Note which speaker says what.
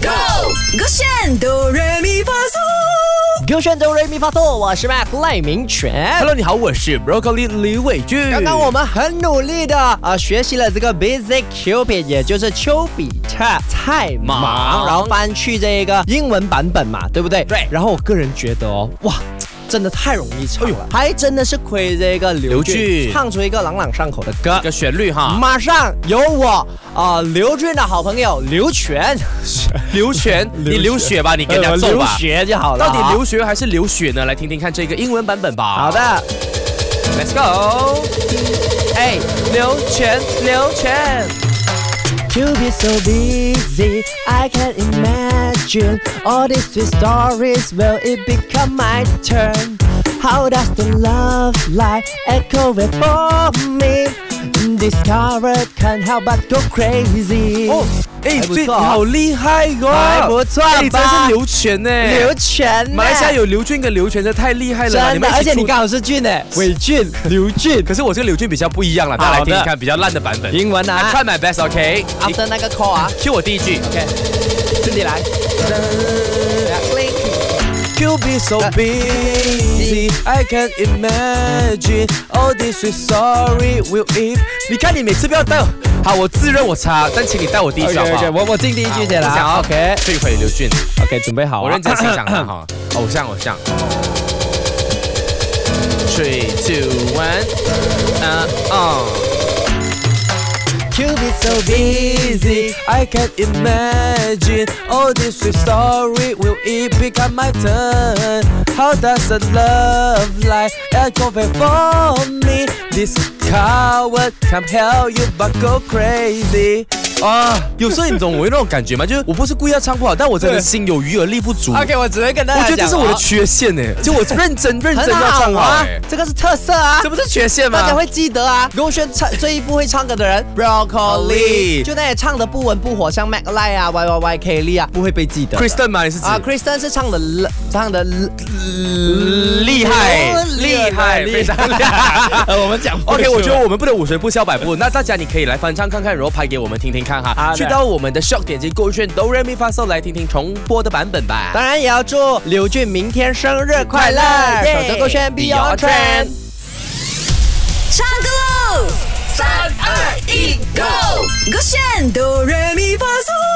Speaker 1: Go！我选哆来咪发嗦。
Speaker 2: 勾选周瑞咪发错，我是 Mac 赖明全。
Speaker 3: Hello，你好，我是 Broccoli 李伟俊。
Speaker 2: 刚刚我们很努力的啊、呃学习了这个 Basic Cupid，也就是丘比特菜
Speaker 3: 盲
Speaker 2: 盲，然后翻去这个英文版本嘛，对不对？
Speaker 3: 对
Speaker 2: 然后我个人觉得哦，哇。真的太容易唱了，还真的是亏这个刘
Speaker 3: 刘
Speaker 2: 俊
Speaker 3: 俊
Speaker 2: 唱出一个朗朗上口的歌
Speaker 3: 这。个旋律哈，
Speaker 2: 马上由我啊、呃刘俊的好朋友刘 全，
Speaker 3: 刘璇，呃你
Speaker 2: 流
Speaker 3: 流血吧，你给人家揍
Speaker 2: 刘
Speaker 3: 吧。
Speaker 2: 学就好了啊。
Speaker 3: 到底流血还是流血呢？来听听看这个英文版本
Speaker 2: 好
Speaker 3: 吧。
Speaker 2: 的。
Speaker 3: ，Let's go。哎，刘璇，刘璇，
Speaker 2: To be so busy, I can imagine all these sweet stories. Will it become my turn? How does the love light echo it for me? Discover can't help but go crazy. Oh，
Speaker 3: 哦，哎，
Speaker 2: 还不
Speaker 3: 这你
Speaker 2: 错啊
Speaker 3: 好厉害哦，
Speaker 2: 还 Oh，不错
Speaker 3: 哎你真
Speaker 2: 吧
Speaker 3: 是刘璇呢，
Speaker 2: 刘全呢，
Speaker 3: 马来西亚有刘俊跟刘璇，这太厉害了啦，
Speaker 2: 真的，
Speaker 3: 们一起
Speaker 2: 而且你
Speaker 3: 出
Speaker 2: 刚好是俊诶，伟俊、刘俊，
Speaker 3: 可是我这个刘俊比较不一样了，大家来听听看比较烂的版本。
Speaker 2: 英文啊
Speaker 3: I try my best，OK？、你
Speaker 2: ，after 那个 call 啊
Speaker 3: Q 我第一句。
Speaker 2: ，OK，自己来。
Speaker 3: You be so busy, I can imagine all this is sorry will it。你看你每次不要带我，好，我自认我差，但请你带我第一句好
Speaker 2: OK
Speaker 3: 不好
Speaker 2: OK，我我进第一句先
Speaker 3: 我想
Speaker 2: 啦
Speaker 3: 要
Speaker 2: ，OK
Speaker 3: ？OK，回刘俊，
Speaker 2: OK，准备好啊，
Speaker 3: 我认真欣赏 他哈，偶像偶像。Three, two, one，嗯嗯。
Speaker 2: To be so busy,
Speaker 3: I can imagine all this sweet story will it become my turn? How does a love life echo back for me? This coward can help you but go crazy. 啊，有时候你懂我有那种感觉吗？就是我不是故意要唱不好，但我真的
Speaker 2: 对
Speaker 3: 心有余而力不足。
Speaker 2: OK，我只会跟大
Speaker 3: 我
Speaker 2: 家
Speaker 3: 觉得这是
Speaker 2: 讲
Speaker 3: 我的
Speaker 2: 哦
Speaker 3: 缺陷呢、就我认真认真
Speaker 2: 很
Speaker 3: 要
Speaker 2: 好
Speaker 3: 唱好、
Speaker 2: 啊
Speaker 3: 欸，，
Speaker 2: 这个是特色啊
Speaker 3: 这。不是缺陷吗？
Speaker 2: 大家会记得啊，勾选唱最不会唱歌的人 Broccoli，
Speaker 3: Broccoli
Speaker 2: 就那些唱的不温不火，像 Mac l i 啊、Y Y Y K Lee 啊，不会被记得的。
Speaker 3: Kristen 吗？你是指？
Speaker 2: 啊，Kristen 是唱的唱的
Speaker 3: 厉害，厉害，非常厉害。
Speaker 2: 呃， 我们讲
Speaker 3: OK，我觉得我们不能五十步笑百步。那大家你可以来翻唱看看，然后拍给我们听听看
Speaker 2: 好
Speaker 3: 哈。
Speaker 2: 的
Speaker 3: 去到我们的 Shock 点击勾选哆来咪发嗦来听听重播的版本吧。
Speaker 2: 当然也要祝刘俊明天生日快乐，
Speaker 3: 耶
Speaker 2: 守着勾选 Beyond
Speaker 3: Beyond
Speaker 2: Trend
Speaker 3: Trend。
Speaker 1: 唱歌喽！三二一，Go！我选哆来咪发嗦。